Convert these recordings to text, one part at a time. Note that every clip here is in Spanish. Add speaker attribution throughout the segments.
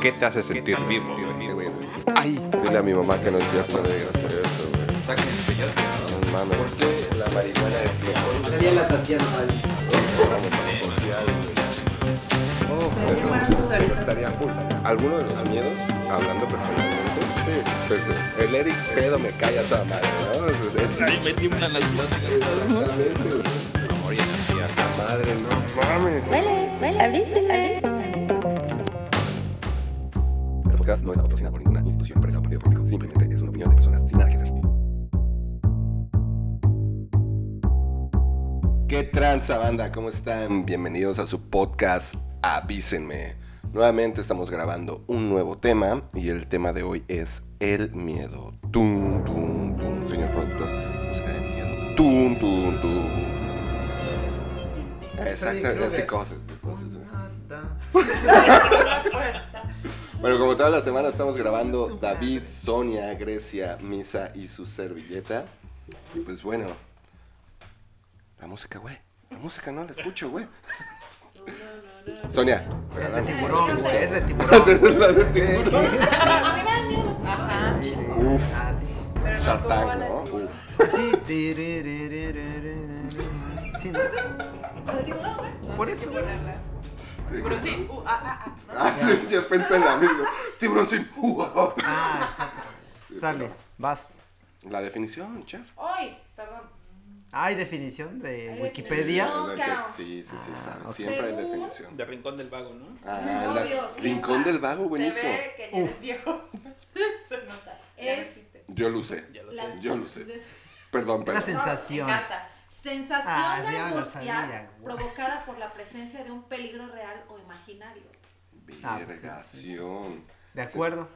Speaker 1: ¿Qué te hace sentir vivo?
Speaker 2: Ay, dile a mi mamá que no es cierto, no digas eso, güey.
Speaker 1: Sáquenme el peyote.
Speaker 2: No mames. ¿Por qué la marihuana es mejor?
Speaker 3: Sería la Tatiana Paris.
Speaker 2: Vamos a lo social, güey. Eso, eso estaría cool. ¿Alguno de los miedos, hablando personalmente? Sí, pues el Eric pedo me cae a toda madre, ¿no? Es- es- es-
Speaker 4: Ahí me tiemblan las pláticas.
Speaker 2: Exactamente, güey.
Speaker 1: Amor y energía.
Speaker 2: Madre, no mames.
Speaker 5: Huele, huele, avísenme.
Speaker 2: Este podcast no es patrocinado por ninguna institución, empresa o partido político. Simplemente es una opinión de personas sin nada que hacer. ¿Qué tranza, banda? ¿Cómo están? Bienvenidos a su podcast Avísenme. Nuevamente estamos grabando un nuevo tema y el tema de hoy es el miedo. Tum, tum, tum. Señor productor, música de miedo. Tum, tum, tum. Exacto, así cosas. cosas, güey. Bueno, como todas las semanas estamos grabando David, Sonia, Grecia, Misa y su servilleta. Y pues bueno, la música, güey. La música no la escucho, güey. Sonia.
Speaker 3: Es de tiburón, güey. Es de tiburón.
Speaker 2: La de tiburón.
Speaker 6: A mí me dan miedo los tiburones.
Speaker 2: Uf,
Speaker 3: Ah, sí.
Speaker 2: Shark Tank, ¿no? Uf.
Speaker 3: Sí. tiriririririririr. Sí, ¿no?
Speaker 6: Los de tiburón, güey.
Speaker 3: Por eso.
Speaker 2: Sí,
Speaker 6: Pero sí, uh, ah, ah, ah.
Speaker 2: Ah, sí, sí, ya pensé en la misma. Tiburón sin. Uh, ah, ah.
Speaker 3: Ah, es otra. Sale, vas.
Speaker 2: La definición, chef.
Speaker 6: Ay, perdón.
Speaker 3: Ah, Hay definición de
Speaker 6: Hay
Speaker 3: Wikipedia.
Speaker 6: definición.
Speaker 2: Es la que Sí, sí, sí,
Speaker 3: Ah,
Speaker 2: sabes. Siempre hay
Speaker 6: Según-
Speaker 2: definición.
Speaker 4: De Rincón del Vago, ¿no?
Speaker 2: Ah, anda.
Speaker 6: Obvio, sí.
Speaker 2: Rincón del Vago,
Speaker 6: Se
Speaker 2: buenísimo.
Speaker 6: ve que ya eres viejo. Se nota. Es
Speaker 2: Yo lo usé.
Speaker 4: Ya lo sé.
Speaker 6: la
Speaker 2: Yo lo sé. Perdón,
Speaker 3: Una
Speaker 2: perdón.
Speaker 3: sensación.
Speaker 6: Me encanta. Sensación
Speaker 3: Ah, sí, ya lo
Speaker 6: angustiada
Speaker 3: sabía, güey.
Speaker 6: provocada por la presencia de un peligro real o imaginario.
Speaker 3: Ah, pues sí, sí, sí, sí.
Speaker 2: Vergación.
Speaker 3: De acuerdo.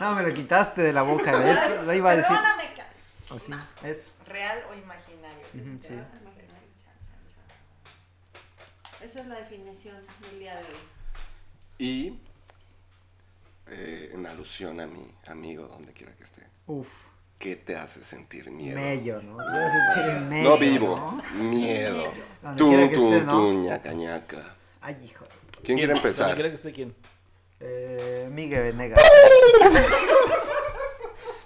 Speaker 3: No, me lo quitaste de la boca. Eso lo iba a decir.
Speaker 6: Perdóname, ca-
Speaker 3: Así, eso.
Speaker 6: real o imaginario.
Speaker 3: Ujú, sí.
Speaker 6: Real o imaginario. Chan, chan, chan. Esa es la definición del día de hoy.
Speaker 2: Y eh, en alusión a mi amigo, donde quiera que esté,
Speaker 3: Uf.
Speaker 2: ¿qué te hace sentir miedo?
Speaker 3: Mello, ¿no? Te voy a sentir mello.
Speaker 2: no vivo,
Speaker 3: ¿no?
Speaker 2: miedo.
Speaker 3: Donde
Speaker 2: Tú,
Speaker 3: quiera que
Speaker 2: tú,
Speaker 3: esté, ¿no?
Speaker 2: tú, ñaca, ñaca.
Speaker 3: Ay, hijo.
Speaker 2: ¿Quién quiere empezar?
Speaker 4: ¿Quiere que esté ¿Este quién?
Speaker 3: Eh, Miguel Venegas.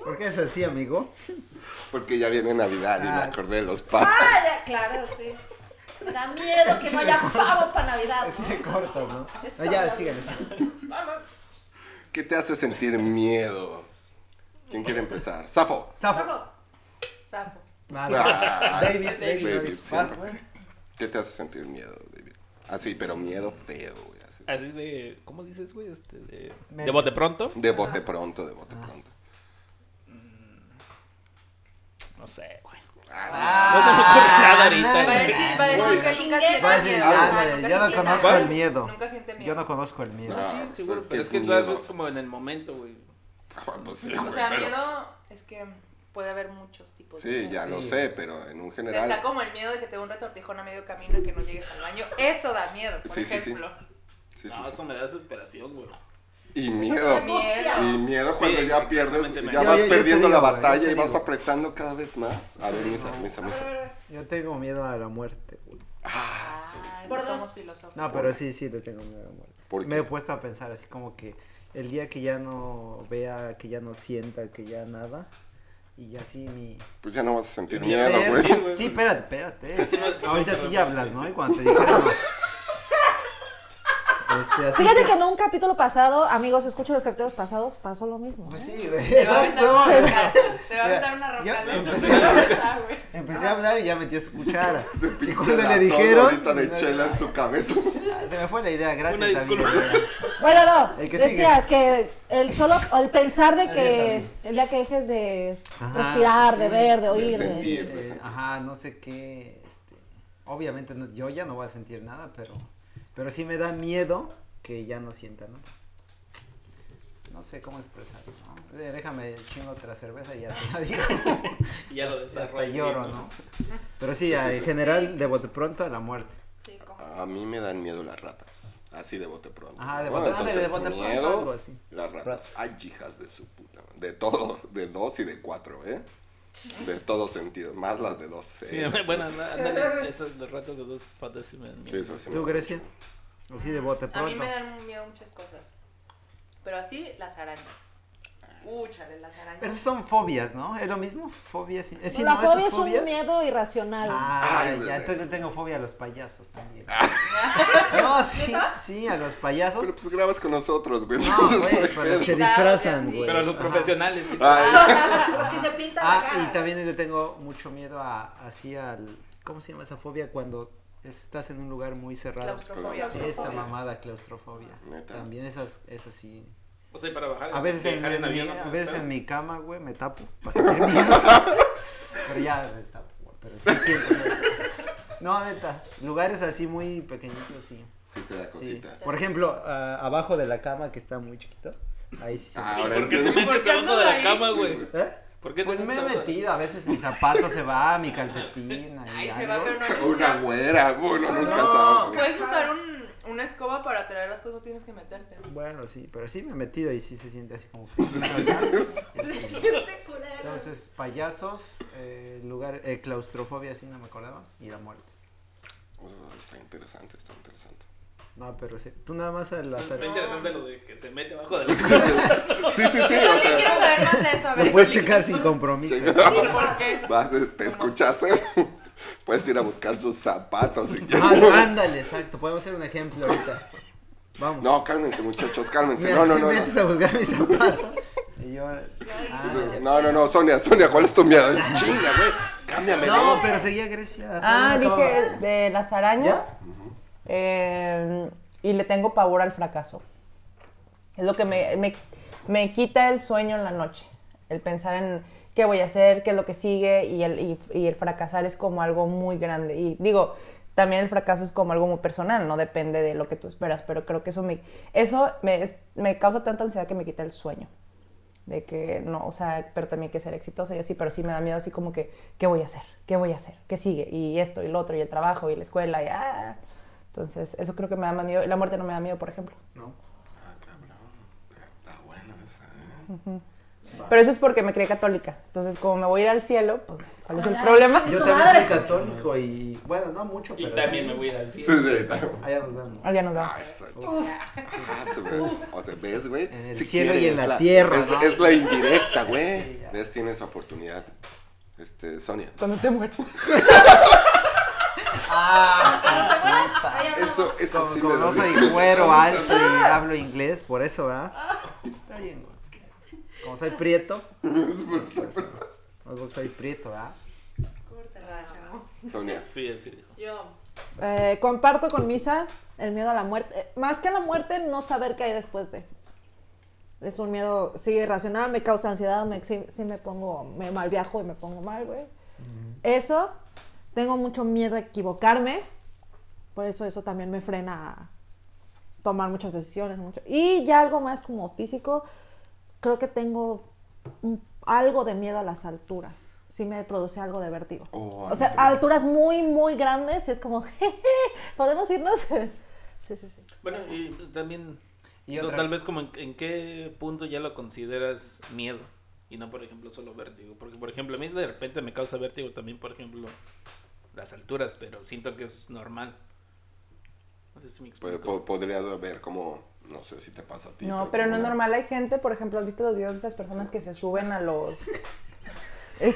Speaker 3: ¿Por qué es así, amigo?
Speaker 2: Porque ya viene Navidad y me
Speaker 3: Ah.
Speaker 2: acordé de los papás.
Speaker 6: Ah, ya, claro, sí. Da miedo que no haya pavo para Navidad.
Speaker 3: Así
Speaker 6: ¿no?
Speaker 3: se cortas, ¿no?
Speaker 6: Eso.
Speaker 3: No, ya, síganle. síganle.
Speaker 2: ¿Qué te hace sentir miedo? ¿Quién quiere empezar? Safo.
Speaker 3: Zafo.
Speaker 6: Sapo. Sapo.
Speaker 3: Vas.
Speaker 2: Ah,
Speaker 3: David,
Speaker 2: David,
Speaker 3: David, David.
Speaker 2: sí.
Speaker 3: Vas, güey.
Speaker 2: ¿Qué te hace sentir miedo, David? Así, pero miedo feo, güey. así.
Speaker 4: Así Ah, de. ¿Cómo dices, güey? Este, de,
Speaker 3: Me-
Speaker 4: de bote pronto.
Speaker 2: De bote pronto, de
Speaker 3: Ah.
Speaker 2: bote pronto.
Speaker 4: No sé, güey. No
Speaker 2: Ah,
Speaker 4: se me ocurre nada ahorita,
Speaker 3: no,
Speaker 6: Va a
Speaker 4: güey.
Speaker 6: decir, va a decir que nunca siente
Speaker 3: Va a decir,
Speaker 6: miedo.
Speaker 3: ándale,
Speaker 6: Ah, nunca
Speaker 3: yo no
Speaker 6: siente
Speaker 3: conozco el
Speaker 6: nada.
Speaker 3: miedo.
Speaker 6: Nunca siente miedo.
Speaker 3: Yo no conozco el miedo.
Speaker 4: No,
Speaker 2: Ah,
Speaker 4: sí,
Speaker 2: sí,
Speaker 4: seguro.
Speaker 2: que
Speaker 4: Pero
Speaker 2: es
Speaker 4: es que
Speaker 2: un
Speaker 4: tú algo
Speaker 2: miedo.
Speaker 4: es como en el momento, güey.
Speaker 2: ah, pues sí,
Speaker 6: O
Speaker 2: güey,
Speaker 6: sea,
Speaker 2: pero-
Speaker 6: miedo es que puede haber muchos tipos de
Speaker 2: Sí,
Speaker 6: miedo.
Speaker 2: ya lo
Speaker 3: Pues Sí.
Speaker 2: sé, pero en un
Speaker 6: O sea, está
Speaker 2: general.
Speaker 6: como el miedo de que te dé un retortijón a medio camino y que no llegues al baño. Eso da miedo, por
Speaker 2: Sí, sí, sí.
Speaker 6: ejemplo.
Speaker 2: Sí, sí,
Speaker 4: No,
Speaker 2: sí.
Speaker 4: eso me da desesperación, güey.
Speaker 2: Y miedo.
Speaker 6: Miedo.
Speaker 2: Y miedo cuando
Speaker 4: Sí,
Speaker 2: ya pierdes,
Speaker 4: exactamente,
Speaker 2: ya
Speaker 4: yo-
Speaker 2: vas
Speaker 3: yo- yo te
Speaker 2: perdiendo la
Speaker 3: digo, güey, yo
Speaker 2: batalla
Speaker 3: te
Speaker 2: y vas
Speaker 3: digo.
Speaker 2: apretando cada vez más. A ver, misa, misa, misa.
Speaker 3: Yo tengo miedo a la muerte, güey.
Speaker 6: Ay,
Speaker 5: Por
Speaker 6: no somos
Speaker 5: dos.
Speaker 6: filósofos.
Speaker 3: No, pero sí, sí, le tengo miedo a la muerte.
Speaker 2: ¿Por
Speaker 3: Me
Speaker 2: qué?
Speaker 3: he puesto a pensar así como que el día que ya no vea, que ya no sienta, que ya nada, y ya así mi...
Speaker 2: Pues ya no vas a sentir
Speaker 4: Mi
Speaker 2: miedo,
Speaker 4: ser,
Speaker 2: güey.
Speaker 4: sí, güey.
Speaker 3: Sí, espérate, espérate.
Speaker 4: Así no-
Speaker 3: Ahorita sí ya hablas, ¿no? Y cuando te dijeron... Este, así
Speaker 7: Fíjate que en un capítulo pasado, amigos, escucho los capítulos pasados, pasó lo mismo. ¿eh?
Speaker 3: Pues sí, güey,
Speaker 6: Te va a aventar una
Speaker 3: exacto.
Speaker 6: roca- Te va a aventar una
Speaker 3: Ya,
Speaker 6: roca.
Speaker 3: ya
Speaker 6: güey.
Speaker 3: empecé.
Speaker 6: Ah, güey.
Speaker 3: Empecé a hablar y ya metí a su cuchara.
Speaker 2: Ese
Speaker 3: Y
Speaker 2: pinche
Speaker 3: cuando le
Speaker 2: latón
Speaker 3: dijeron...
Speaker 2: ahorita de chela en su cabeza.
Speaker 3: Ah, Se me fue la idea, gracias.
Speaker 4: Una
Speaker 3: David.
Speaker 4: disculpa.
Speaker 7: Bueno, no,
Speaker 3: El que
Speaker 7: decías que el solo, el pensar de
Speaker 3: Ahí
Speaker 7: que el día que dejes de
Speaker 3: Ajá,
Speaker 7: respirar,
Speaker 3: sí.
Speaker 7: de ver, de
Speaker 2: De
Speaker 7: oír, de-
Speaker 2: sentir.
Speaker 3: Eh,
Speaker 2: de sentir.
Speaker 3: ajá, no sé qué, este, obviamente no- yo ya no voy a sentir nada, pero, pero sí me da miedo que ya no sienta, ¿no? No sé cómo expresarlo, ¿no? Eh, Déjame chingo otra cerveza y ya te la digo.
Speaker 4: Y ya lo
Speaker 3: Hasta
Speaker 4: desarrollo.
Speaker 3: lloro,
Speaker 4: bien,
Speaker 3: ¿no? Pero sí, ya,
Speaker 2: sí,
Speaker 3: en
Speaker 2: sí.
Speaker 3: general, de bote pronto a la muerte.
Speaker 6: Sí, como-
Speaker 2: A mí me dan miedo las ratas. Así de bote pronto.
Speaker 3: Ajá, Ah, de
Speaker 2: Bueno,
Speaker 3: bote- ándale, de
Speaker 2: entonces,
Speaker 3: bote pronto,
Speaker 2: miedo,
Speaker 3: algo así.
Speaker 2: Las ratas. Ay, hijas de su puta. madre. De todo. De dos y de cuatro, ¿eh? De todo sentido, más las de dos. ¿eh?
Speaker 4: Sí,
Speaker 2: esas
Speaker 4: bueno, ándale, esos, los ratos de dos patas sí me dan
Speaker 2: Sí,
Speaker 4: miedo.
Speaker 2: esas sí me-
Speaker 3: ¿Tú, Grecia? Así de bote
Speaker 8: A mí
Speaker 3: pronto.
Speaker 8: me dan miedo muchas cosas. Pero así, las arañas. Úchale, las arañas.
Speaker 3: Esas son fobias, ¿no? ¿Es lo mismo? Fobias. y- eh, sí,
Speaker 7: la
Speaker 3: ¿no?
Speaker 7: fobia
Speaker 3: Esas
Speaker 7: es un
Speaker 3: fobias.
Speaker 7: miedo irracional.
Speaker 3: Ah,
Speaker 2: Ay, güey. Ah.
Speaker 3: ya, entonces yo tengo fobia a los payasos también. No, sí, sí, a los payasos.
Speaker 2: Pero pues grabas con nosotros, güey.
Speaker 3: No, Ah, güey, pero
Speaker 8: Sí,
Speaker 3: se
Speaker 8: claro,
Speaker 3: disfrazan,
Speaker 8: sí.
Speaker 3: güey.
Speaker 4: Pero a los profesionales.
Speaker 2: Ah.
Speaker 4: dices,
Speaker 2: Ay,
Speaker 8: Ah,
Speaker 6: Los que se pintan la
Speaker 3: Ah,
Speaker 6: cara.
Speaker 3: y también le tengo mucho miedo a, así al, ¿cómo se llama esa fobia? Cuando es- estás en un lugar muy cerrado.
Speaker 8: Claustrofobia.
Speaker 3: Esa mamada, claustrofobia.
Speaker 2: Neta.
Speaker 3: También esas, esas sí.
Speaker 4: O sea, para bajar.
Speaker 3: A veces en,
Speaker 4: viajar
Speaker 3: en mi,
Speaker 4: avión, no
Speaker 3: a
Speaker 4: puedes
Speaker 3: veces
Speaker 4: estar.
Speaker 3: en mi cama, güey, me tapo para sentir miedo. pero ya me tapo, güey, pero sí siento. güey. No, neta, lugares así muy pequeñitos, sí.
Speaker 2: sí te da
Speaker 3: sí.
Speaker 2: cosita.
Speaker 3: Por ejemplo, ah, abajo de la cama que está muy chiquito, ahí sí se
Speaker 2: Ah, ahora
Speaker 4: ¿Por qué te
Speaker 2: entiendo.
Speaker 4: metes
Speaker 8: qué
Speaker 4: abajo de
Speaker 8: andas
Speaker 4: la
Speaker 8: ahí?
Speaker 4: cama, güey?
Speaker 3: ¿Eh?
Speaker 4: ¿Por qué te
Speaker 3: Pues me
Speaker 4: metes
Speaker 3: he
Speaker 4: abajo de-
Speaker 3: metido, a veces mi zapato se va, mi calcetín, ahí
Speaker 8: Ay, se
Speaker 3: algo.
Speaker 8: va, pero no le
Speaker 2: Una
Speaker 8: gusta.
Speaker 2: güera, bueno, nunca
Speaker 3: No.
Speaker 2: sabes. güey.
Speaker 8: Puedes usar un, una escoba para traer las cosas, no tienes que meterte.
Speaker 3: Bueno, sí, pero sí me he metido y sí se siente así como que... Y así. Entonces, payasos, eh, lugar, eh, claustrofobia, sí, no me acordaba, y la muerte.
Speaker 2: Oh, Está interesante, está interesante.
Speaker 3: No, pero sí, tú nada más a las...
Speaker 4: Está
Speaker 3: arañas.
Speaker 4: interesante lo de que se mete abajo de la cama.
Speaker 2: Sí, sí, sí,
Speaker 8: Yo
Speaker 2: o
Speaker 8: sí quiero
Speaker 2: sea,
Speaker 8: saber más de eso. A ver,
Speaker 3: Lo puedes checar
Speaker 8: explícame.
Speaker 3: sin compromiso.
Speaker 8: ¿Por qué?
Speaker 2: vas, te- te escuchaste. Puedes ir a buscar sus zapatos si quieres.
Speaker 3: Ah, ándale, exacto, podemos hacer un ejemplo ahorita. Vamos.
Speaker 2: No, cálmense, muchachos, cálmense.
Speaker 3: Mira,
Speaker 2: No, no,
Speaker 3: te
Speaker 2: no. no.
Speaker 3: metes a buscar mi zapato y yo... Ah, no es cierto.
Speaker 2: No, no, no, Sonia, Sonia, ¿cuál es tu miedo? Chinga, güey. Cámbiame.
Speaker 3: No, pero seguía Grecia.
Speaker 9: Ah,
Speaker 3: todavía no
Speaker 9: dije
Speaker 3: acababa.
Speaker 9: de las arañas. eh, y le tengo pavor al fracaso. Es lo que me, me- me quita el sueño en la noche. El pensar en qué voy a hacer, qué es lo que sigue. Y el, y- y el fracasar es como algo muy grande. Y digo, también el fracaso es como algo muy personal, no depende de lo que tú esperas. Pero creo que eso me, eso me, es- me causa tanta ansiedad que me quita el sueño. De que no, o sea, pero también que ser exitosa y así, pero sí me da miedo así como que, ¿qué voy a hacer? ¿Qué voy a hacer? ¿Qué sigue? Y esto, y lo otro, y el trabajo, y la escuela, y ah. Entonces, eso creo que me da más miedo. La muerte no me da miedo, por ejemplo.
Speaker 3: No.
Speaker 2: Ah, cabrón. Está buena esa, ¿eh?
Speaker 9: Pero eso es porque me creí católica. Entonces, como me voy a ir al cielo, pues, ¿cuál es el problema?
Speaker 3: Yo también soy católico y bueno, no mucho,
Speaker 4: Y
Speaker 3: pero
Speaker 4: también
Speaker 3: sí.
Speaker 4: me voy a ir al
Speaker 2: Sí,
Speaker 4: cielo.
Speaker 2: sí, está buena.
Speaker 3: Allá nos vemos.
Speaker 9: Allá nos vamos.
Speaker 2: Ah, esa chingada. Ah, se ve. O sea, ¿ves, güey?
Speaker 3: En el cielo y en
Speaker 2: es
Speaker 3: la tierra,
Speaker 2: Es,
Speaker 3: ¿no?
Speaker 2: es la indirecta, güey.
Speaker 3: Sí, ya.
Speaker 2: ¿Ves? Tienes oportunidad. Este, Sonia.
Speaker 9: Cuando te mueres.
Speaker 3: Ah,
Speaker 6: Ahí andamos.
Speaker 2: Eso, eso
Speaker 3: como,
Speaker 2: sí
Speaker 3: como
Speaker 2: me
Speaker 3: no
Speaker 2: dolió.
Speaker 3: soy güero alto y hablo inglés, por eso, ¿verdad? Está bien, güey. Como soy prieto. Como soy prieto, ¿verdad?
Speaker 6: Córtala, chavo.
Speaker 2: Sonia.
Speaker 4: Sí, así dijo.
Speaker 6: Yo,
Speaker 7: Eh, comparto con Misa el miedo a la muerte. Eh, Más que a la muerte, no saber qué hay después de. Es un miedo, sí, irracional, me causa ansiedad, me, sí, sí me pongo, me mal viajo y me pongo mal, güey. Eso, tengo mucho miedo a equivocarme, por eso eso también me frena a tomar muchas decisiones. Mucho. Y ya algo más como físico, creo que tengo un- algo de miedo a las alturas. Sí me produce algo de vértigo.
Speaker 2: Oh, a
Speaker 7: o
Speaker 2: mí
Speaker 7: sea,
Speaker 2: también.
Speaker 7: a alturas muy, muy grandes y es como, jeje, podemos irnos. sí, sí, sí.
Speaker 4: Bueno, y también.
Speaker 3: Y
Speaker 4: no,
Speaker 3: otra-
Speaker 4: Tal vez como en, en qué punto ya lo consideras miedo. Y no, por ejemplo, solo vértigo. Porque, por ejemplo, a mí de repente me causa vértigo también, por ejemplo, las alturas, pero siento que es normal. No sé si
Speaker 2: Pod-
Speaker 4: me explico.
Speaker 2: pod- pues, Podrías ver cómo. No sé si te pasa a ti.
Speaker 9: No, pero no es
Speaker 2: como-
Speaker 9: normal. Hay gente, por ejemplo, ¿has visto los videos de estas personas que se suben a los...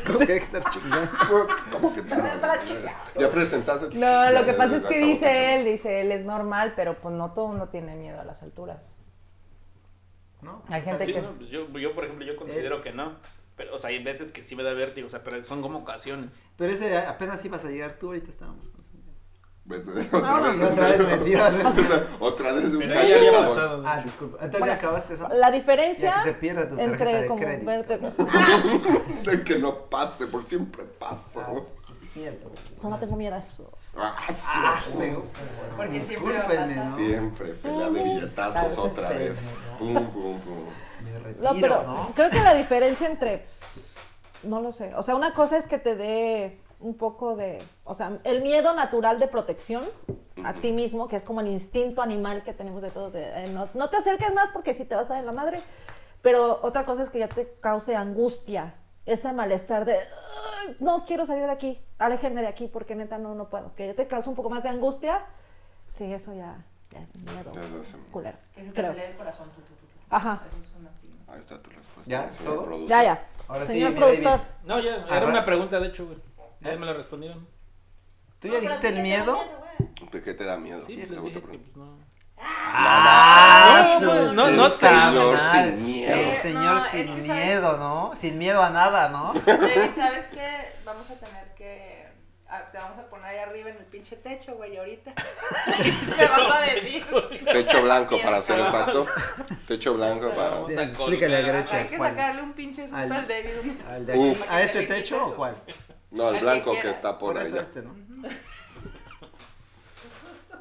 Speaker 3: Como que hay que estar chingando.
Speaker 2: ¿Cómo que te Ya presentaste.
Speaker 9: No,
Speaker 2: Ya,
Speaker 9: lo que
Speaker 2: ya,
Speaker 9: pasa
Speaker 2: ya,
Speaker 9: es
Speaker 2: ya,
Speaker 9: que
Speaker 2: como
Speaker 9: dice él, dice él, es normal, pero pues no todo mundo tiene miedo a las alturas.
Speaker 3: ¿No?
Speaker 9: Hay gente
Speaker 4: Sí,
Speaker 9: que
Speaker 4: no,
Speaker 9: es-
Speaker 4: pues yo, yo, por ejemplo, yo considero que no. Pero, o sea, hay veces que sí me da vértigo, o sea, pero son como ocasiones.
Speaker 3: Pero ese apenas ibas a llegar tú, ahorita estábamos. concentrados.
Speaker 2: Pues, otra,
Speaker 3: no, y otra vez mentiras.
Speaker 2: otra vez un
Speaker 4: Pero ahí ya había
Speaker 2: cachetadón.
Speaker 4: pasado. de
Speaker 3: Ah,
Speaker 4: hecho.
Speaker 3: disculpa. Entonces
Speaker 7: Bueno,
Speaker 3: ya acabaste eso.
Speaker 7: La diferencia
Speaker 3: Ya que se pierda tu tarjeta
Speaker 7: entre
Speaker 3: de
Speaker 7: como
Speaker 3: crédito.
Speaker 7: vértigo.
Speaker 2: De que no pase, por siempre pasa.
Speaker 3: Ah, es- es miedo.
Speaker 7: No, no tengo miedo a eso.
Speaker 2: Ah, sí.
Speaker 3: Ah, seguro.
Speaker 8: Porque siempre va a
Speaker 3: Discúlpenme,
Speaker 8: pasar.
Speaker 3: ¿no?
Speaker 2: Siempre pelea de billetazos otra vez. Pum, pum, pum.
Speaker 3: Me retiro,
Speaker 7: No, pero
Speaker 3: ¿no?
Speaker 7: creo que la diferencia entre. No lo sé. O sea, una cosa es que te dé un poco de. O sea, el miedo natural de protección a ti mismo, que es como el instinto animal que tenemos de todos. De, eh, no, no te acerques más porque si te vas a dar en la madre. Pero otra cosa es que ya te cause angustia ese malestar de "Ugh, no quiero salir de aquí, aléjenme de aquí porque neta no, no puedo. Que ya te causa un poco más de angustia. Sí, eso ya, ya es miedo.
Speaker 2: Ya es ese-
Speaker 7: culero,
Speaker 8: Que se te
Speaker 7: creo. Ah.
Speaker 8: sale el corazón. tu, tu, tu, tu.
Speaker 7: Ajá.
Speaker 8: Esos son así, ¿no?
Speaker 2: Ahí está tu respuesta.
Speaker 3: ¿Ya?
Speaker 2: señor
Speaker 3: ¿Todo?
Speaker 2: productor.
Speaker 7: Ya, ya.
Speaker 3: Ahora sí,
Speaker 7: Señor
Speaker 3: mi David.
Speaker 7: productor.
Speaker 4: No, ya,
Speaker 3: Ajá.
Speaker 4: era una pregunta, de hecho, güey. Ya
Speaker 3: ¿Eh?
Speaker 4: me la respondieron. pues,
Speaker 3: ¿Tú ya dijiste el miedo?
Speaker 2: ¿De qué te da miedo?
Speaker 4: Sí,
Speaker 2: Es
Speaker 4: les
Speaker 2: lo que te
Speaker 4: dije que,
Speaker 2: pregunto.
Speaker 4: pues, no.
Speaker 3: ¡Ah!
Speaker 4: No,
Speaker 3: su-
Speaker 4: no, no,
Speaker 3: el
Speaker 4: no,
Speaker 3: señor
Speaker 2: no.
Speaker 3: sin miedo.
Speaker 8: Eh,
Speaker 3: El señor
Speaker 8: no, es
Speaker 3: sin
Speaker 8: que sabes-
Speaker 3: miedo, ¿no? Sin miedo a nada, ¿no?
Speaker 8: David, ¿sabes qué? Vamos a tener que. a- te vamos a poner ahí arriba en el pinche techo, güey, ahorita. Me vas a decir.
Speaker 2: Techo blanco, para ser exacto. Techo blanco para...
Speaker 4: Vamos a
Speaker 3: Explícale a
Speaker 4: colgar.
Speaker 3: Grecia.
Speaker 8: Hay que
Speaker 3: ¿cuál?
Speaker 8: sacarle un pinche susto
Speaker 3: Al-
Speaker 8: al David.
Speaker 3: Al de aquí.
Speaker 2: Uf.
Speaker 3: ¿A este
Speaker 8: Para que le
Speaker 3: techo
Speaker 8: quites
Speaker 3: o cuál?
Speaker 2: No, el
Speaker 8: Al que
Speaker 2: blanco que
Speaker 8: quiera.
Speaker 2: está por
Speaker 3: Por eso
Speaker 2: allá.
Speaker 3: este, ¿no?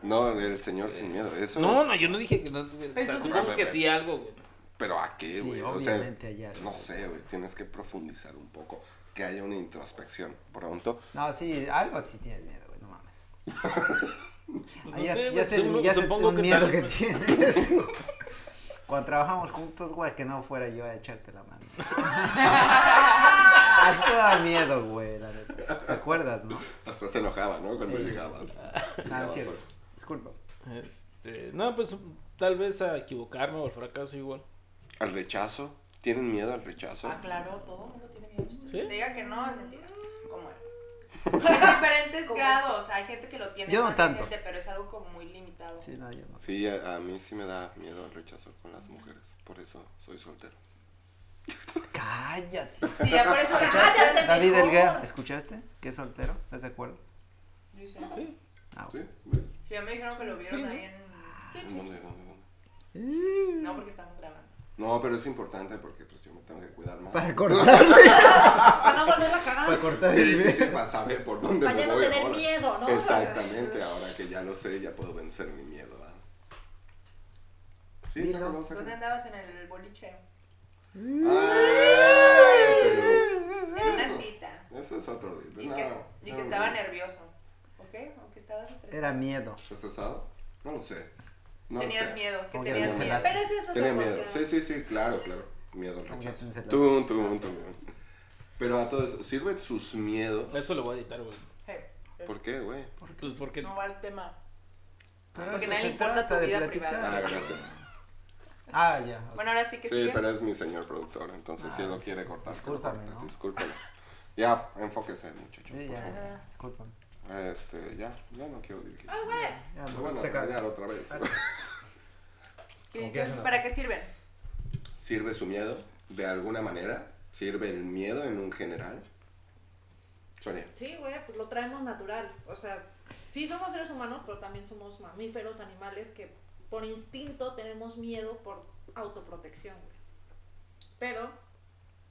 Speaker 2: No, el señor sin miedo. Eso...
Speaker 4: No, no, yo no dije que no tuviera. O sea,
Speaker 8: Entonces-
Speaker 4: supongo que sí algo, güey.
Speaker 2: Pero a qué,
Speaker 3: Sí,
Speaker 2: güey. O sea,
Speaker 3: obviamente hay algo.
Speaker 2: No sé, güey. Tienes que profundizar un poco. Que haya una introspección. Pronto.
Speaker 3: No, sí, algo sí tienes miedo, güey, no mames.
Speaker 4: Pues
Speaker 3: Ah,
Speaker 4: no
Speaker 3: ya,
Speaker 4: sé,
Speaker 3: ya
Speaker 4: güey,
Speaker 3: sé,
Speaker 4: seguro-
Speaker 3: ya sé
Speaker 4: supongo
Speaker 3: un
Speaker 4: que
Speaker 3: miedo
Speaker 4: tal
Speaker 3: que
Speaker 4: vez-
Speaker 3: tienes. güey. Cuando trabajamos juntos, güey, que no fuera yo a echarte la mano. Hasta da miedo, güey, la neta. ¿Te acuerdas, no?
Speaker 2: Hasta se enojaba, ¿no? Cuando
Speaker 3: Sí.
Speaker 2: llegabas.
Speaker 3: Ah,
Speaker 2: Llegabas,
Speaker 3: es cierto.
Speaker 2: güey.
Speaker 3: Disculpa.
Speaker 4: Este, no, pues tal vez a equivocarme o al fracaso igual.
Speaker 2: Al rechazo. ¿Tienen miedo al rechazo?
Speaker 8: Ah, claro, todo el mundo tiene miedo.
Speaker 4: ¿Sí?
Speaker 8: Diga que no, es mentira. ¿Cómo era? Hay diferentes
Speaker 6: ¿Cómo
Speaker 8: grados, hay gente que lo tiene
Speaker 3: Yo no
Speaker 8: más que
Speaker 3: tanto.
Speaker 8: gente, pero es algo como muy limitado.
Speaker 3: Sí, no, yo no sé.
Speaker 2: Sí, a, a mí sí me da miedo el rechazo con las mujeres. Por eso soy soltero.
Speaker 3: Cállate.
Speaker 8: Sí, ya por eso
Speaker 3: ¿Escuchaste?
Speaker 8: cállate,
Speaker 3: David
Speaker 8: mejor.
Speaker 3: Elguera, ¿escuchaste? Que es soltero, ¿estás de acuerdo?
Speaker 8: Yo sé.
Speaker 3: Ah,
Speaker 2: ¿Sí?
Speaker 3: güey.
Speaker 2: ¿Ves?
Speaker 8: Sí, ya me dijeron que lo vieron
Speaker 4: Sí, ¿no? Mm.
Speaker 8: ahí en...
Speaker 2: ¿Dónde, dónde, dónde?
Speaker 8: No, porque estamos grabando.
Speaker 2: No, pero es importante porque pues yo me tengo que cuidar más.
Speaker 3: Para cortarle.
Speaker 8: Para no volver a cagar.
Speaker 3: Para cortar el
Speaker 2: Sí, sí, sí,
Speaker 3: video.
Speaker 2: para saber por dónde
Speaker 6: Para
Speaker 2: me
Speaker 6: ya no
Speaker 2: voy
Speaker 6: tener
Speaker 2: ahora.
Speaker 6: miedo, ¿no?
Speaker 2: Exactamente, ahora que ya lo sé, ya puedo vencer mi miedo. ¿verdad? Sí,
Speaker 3: Dilo.
Speaker 2: sácalo, sácalo.
Speaker 8: ¿Dónde andabas en el boliche?
Speaker 4: Mm.
Speaker 2: Ay,
Speaker 8: En una cita.
Speaker 2: pero eso es otro día.
Speaker 8: Y
Speaker 2: No,
Speaker 8: que, y
Speaker 2: no,
Speaker 8: que
Speaker 2: no.
Speaker 8: estaba nervioso. ¿Ok? O que estabas estresado.
Speaker 3: Era miedo.
Speaker 2: ¿Estresado? No lo sé. No lo
Speaker 8: Tenías
Speaker 2: sé.
Speaker 8: miedo, que
Speaker 3: Como que
Speaker 8: tenías
Speaker 2: te
Speaker 8: miedo.
Speaker 3: cancelaste.
Speaker 8: Pero ese es otro
Speaker 2: Tenía miedo.
Speaker 8: podcast.
Speaker 2: Sí, sí, sí, claro, claro. Miedo al
Speaker 3: ya
Speaker 2: rechazo.
Speaker 3: pincelaste.
Speaker 2: Tum, tum, tum. Pero a todo esto, ¿sirven sus miedos?
Speaker 4: Esto lo voy a editar, güey.
Speaker 8: Sí.
Speaker 2: ¿Por qué, güey?
Speaker 4: Pues porque
Speaker 8: No va el tema.
Speaker 3: Pero
Speaker 8: Porque
Speaker 3: eso
Speaker 8: nadie
Speaker 3: se
Speaker 8: le importa
Speaker 3: trata
Speaker 8: tu
Speaker 3: de
Speaker 8: vida
Speaker 2: Ah,
Speaker 3: platicar.
Speaker 8: privada.
Speaker 2: gracias.
Speaker 3: Ah, ya. ok.
Speaker 8: Bueno, ahora sí que
Speaker 2: Sí,
Speaker 8: sigue.
Speaker 2: pero es mi señor productor, entonces si él lo quiere cortar. que lo
Speaker 3: Ah, Discúlpame,
Speaker 2: corte,
Speaker 3: ¿no?
Speaker 2: Discúlpelo. Ya, enfóquese, muchachos.
Speaker 3: Sí,
Speaker 2: por
Speaker 3: ya,
Speaker 2: favor.
Speaker 3: ya, discúlpame.
Speaker 2: Este, ya, ya no quiero dirigir.
Speaker 8: Ah, güey.
Speaker 3: Ya,
Speaker 2: Lo
Speaker 3: no,
Speaker 2: van a
Speaker 3: se acaba.
Speaker 2: regañar otra vez.
Speaker 8: ¿Qué
Speaker 3: ¿Cómo que
Speaker 8: dices?
Speaker 3: hacen las-
Speaker 8: ¿Para qué sirven?
Speaker 2: ¿Sirve su miedo de alguna manera? ¿Sirve el miedo en un general? Sonia.
Speaker 6: Sí, güey, pues lo traemos natural. O sea, sí somos seres humanos, pero también somos mamíferos, animales que por instinto tenemos miedo por autoprotección, güey. Pero,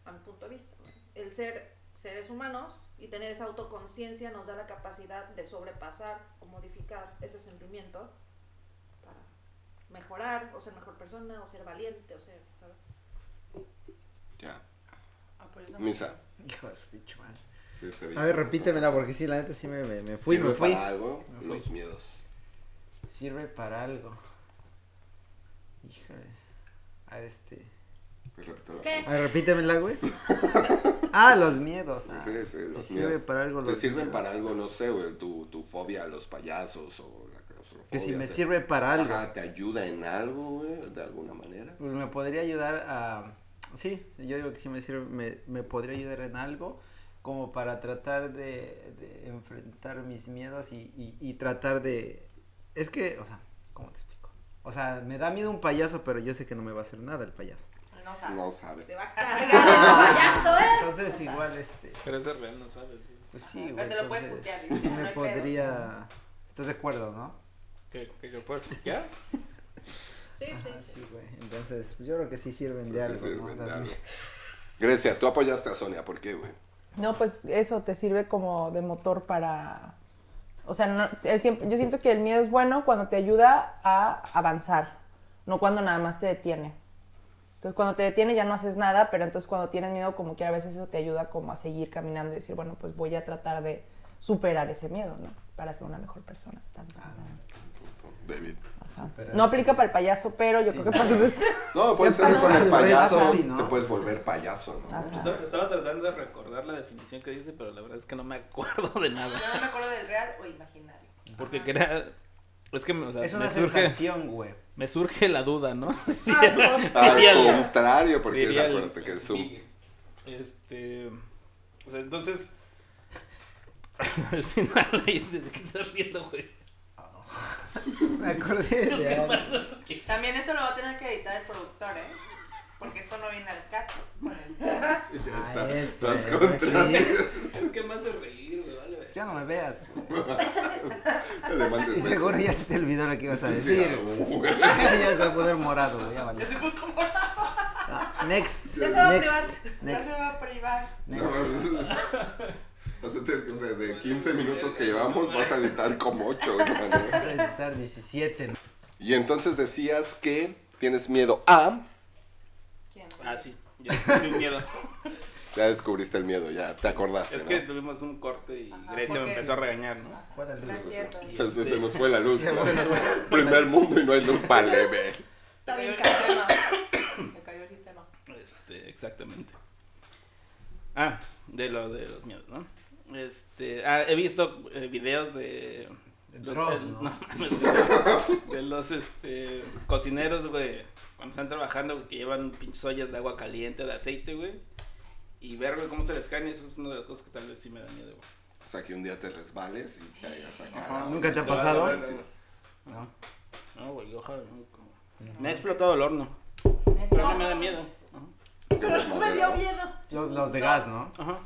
Speaker 6: a mi punto de vista, güey, el ser seres humanos y tener esa autoconciencia nos da la capacidad de sobrepasar o modificar ese sentimiento para mejorar o ser mejor persona o ser valiente o ser, ¿sabes?
Speaker 2: Ya.
Speaker 8: Ah, por eso.
Speaker 2: Misa.
Speaker 3: Hijo de su pinche madre.
Speaker 2: sí, te vi.
Speaker 3: A ver, repítemela porque sí, la neta sí me, me- me fui,
Speaker 2: ¿Sirve
Speaker 3: me fui.
Speaker 2: para algo
Speaker 3: Me fui.
Speaker 2: los miedos?
Speaker 3: Sirve para algo. Híjoles. A ver, este.
Speaker 2: Pues repítelo.
Speaker 6: ¿Qué?
Speaker 3: A ver, repítemela, güey. Ah, los miedos. ah.
Speaker 2: Sí, sí, los
Speaker 3: Sirve
Speaker 2: miedos.
Speaker 3: para algo
Speaker 2: ¿Te
Speaker 3: los
Speaker 2: sirven
Speaker 3: miedos.
Speaker 2: para algo, no sé, güey, tu, tu fobia a los payasos o la claustrofobia?
Speaker 3: Que si me
Speaker 2: te-
Speaker 3: sirve para algo.
Speaker 2: Ajá, ¿te ayuda en algo, güey, de alguna manera?
Speaker 3: Pues me podría ayudar a. Sí, yo digo que sí me sirve, me, me podría ayudar en algo como para tratar de, de enfrentar mis miedos y, y- y tratar de. Es que, o sea, ¿cómo te explico? O sea, me da miedo un payaso, pero yo sé que no me va a hacer nada el payaso.
Speaker 8: No sabes.
Speaker 2: No sabes.
Speaker 6: Te va a cargar el payaso, ¿eh?
Speaker 3: Entonces, igual, este.
Speaker 4: pero eso es real, no sabes. güey.
Speaker 3: Pues sí,
Speaker 8: Pero
Speaker 3: güey.
Speaker 8: te lo puedes
Speaker 3: entonces,
Speaker 8: putear, dices,
Speaker 3: me
Speaker 8: no hay pedo,
Speaker 3: podría. ¿Estás de acuerdo, no?
Speaker 4: ¿Qué, qué, qué, por- ¿Ya?
Speaker 6: Sí, sí.
Speaker 3: Ah, sí, güey. Entonces, pues, yo creo que sí sirven de
Speaker 2: Sí,
Speaker 3: algo.
Speaker 2: sí, sirven
Speaker 3: ¿no?
Speaker 2: de
Speaker 3: Las-
Speaker 2: algo. Grecia, tú apoyaste a Sonia, ¿por qué, güey?
Speaker 9: No, pues eso te sirve como de motor para... O sea, no- él siempre- yo siento que el miedo es bueno cuando te ayuda a avanzar, no cuando nada más te detiene. Entonces cuando te detiene ya no haces nada, pero entonces cuando tienes miedo como que a veces eso te ayuda como a seguir caminando y decir, bueno, pues voy a tratar de superar ese miedo, ¿no? Para ser una mejor persona. Tan, tan, tan.
Speaker 2: Exacto, David.
Speaker 9: No aplica para el payaso, pero yo creo que para los...
Speaker 2: No, puedes ser que con el
Speaker 3: Esto
Speaker 2: payaso,
Speaker 3: sí, ¿no?
Speaker 2: te puedes volver payaso, ¿no?
Speaker 4: Estaba, estaba tratando de recordar la definición que dice, pero la verdad es que no me acuerdo de nada.
Speaker 8: Yo no me acuerdo del real o imaginario.
Speaker 4: Porque quería. Es que me- o sea,
Speaker 3: Es
Speaker 4: me,
Speaker 3: una
Speaker 4: surge,
Speaker 3: sensación, güey.
Speaker 4: me surge la duda, ¿no? Diría
Speaker 2: Al
Speaker 4: la-
Speaker 2: contrario, porque
Speaker 4: diría el-
Speaker 2: acuérdate que es un...
Speaker 4: y- Este. O sea, entonces. Al final le dice, ¿de qué estás riendo, güey?
Speaker 3: Me acordé
Speaker 4: Es que
Speaker 3: de algo.
Speaker 4: más-
Speaker 8: También esto lo va a tener que editar el productor, ¿eh? Porque esto no viene al caso. con el- Pues,
Speaker 3: Ah, ese,
Speaker 2: Estás
Speaker 3: güey,
Speaker 2: contra-
Speaker 3: sí.
Speaker 4: Es que más de reír, güey, vale, güey.
Speaker 3: Ya no me veas. güey.
Speaker 2: Le mandes
Speaker 3: Y seguro
Speaker 2: besos.
Speaker 3: ya se te olvidó lo que ibas a
Speaker 2: Sí,
Speaker 3: decir.
Speaker 2: ah,
Speaker 3: güey.
Speaker 2: güey.
Speaker 3: ya se va a poner morado, güey. Ya valió.
Speaker 8: Ya se puso morado.
Speaker 3: Ah, Next.
Speaker 8: Ya se va a privar.
Speaker 3: Next.
Speaker 8: Ya
Speaker 3: Next.
Speaker 8: se va a privar.
Speaker 2: No,
Speaker 3: Next.
Speaker 2: hace de, de 15 minutos que llevamos vas a editar como 8.
Speaker 3: Vas a editar 17. ¿no?
Speaker 2: Y entonces decías que tienes miedo a...
Speaker 8: ¿Quién?
Speaker 4: Ah, sí. Yo sentí miedo.
Speaker 2: Ya descubriste el miedo, ya te acordaste.
Speaker 4: Es
Speaker 2: ¿no?
Speaker 4: que tuvimos un corte y
Speaker 8: Ajá,
Speaker 4: Grecia me
Speaker 8: porque-
Speaker 4: empezó a regañar, ¿no?
Speaker 3: Fuera luz.
Speaker 8: No es cierto.
Speaker 2: Se, se- se nos fue la luz. ¿no? Primer mundo y no hay luz para leer.
Speaker 8: Está bien, sistema. Me cayó el sistema.
Speaker 4: Este, exactamente. Ah, de lo de los miedos, ¿no? Este, ah, he visto eh, videos de
Speaker 3: Del Ross, ¿no?
Speaker 4: mames, de los este cocineros, güey, cuando están trabajando güey, que llevan pinches ollas de agua caliente, de aceite, güey. Y ver güey, cómo se les caen, eso es una de las cosas que tal vez sí me da miedo, güey.
Speaker 2: O sea, que un día te resbales y caigas acá.
Speaker 4: Ajá.
Speaker 3: ¿Nunca te ha
Speaker 4: vas a
Speaker 3: pasado?
Speaker 4: ver, güey. No. No, güey, ojalá. no, como- Me ha explotado el horno, pero no me da miedo.
Speaker 8: Pero no me dio miedo.
Speaker 3: Los, los de gas, ¿no? Ah,
Speaker 4: Ajá.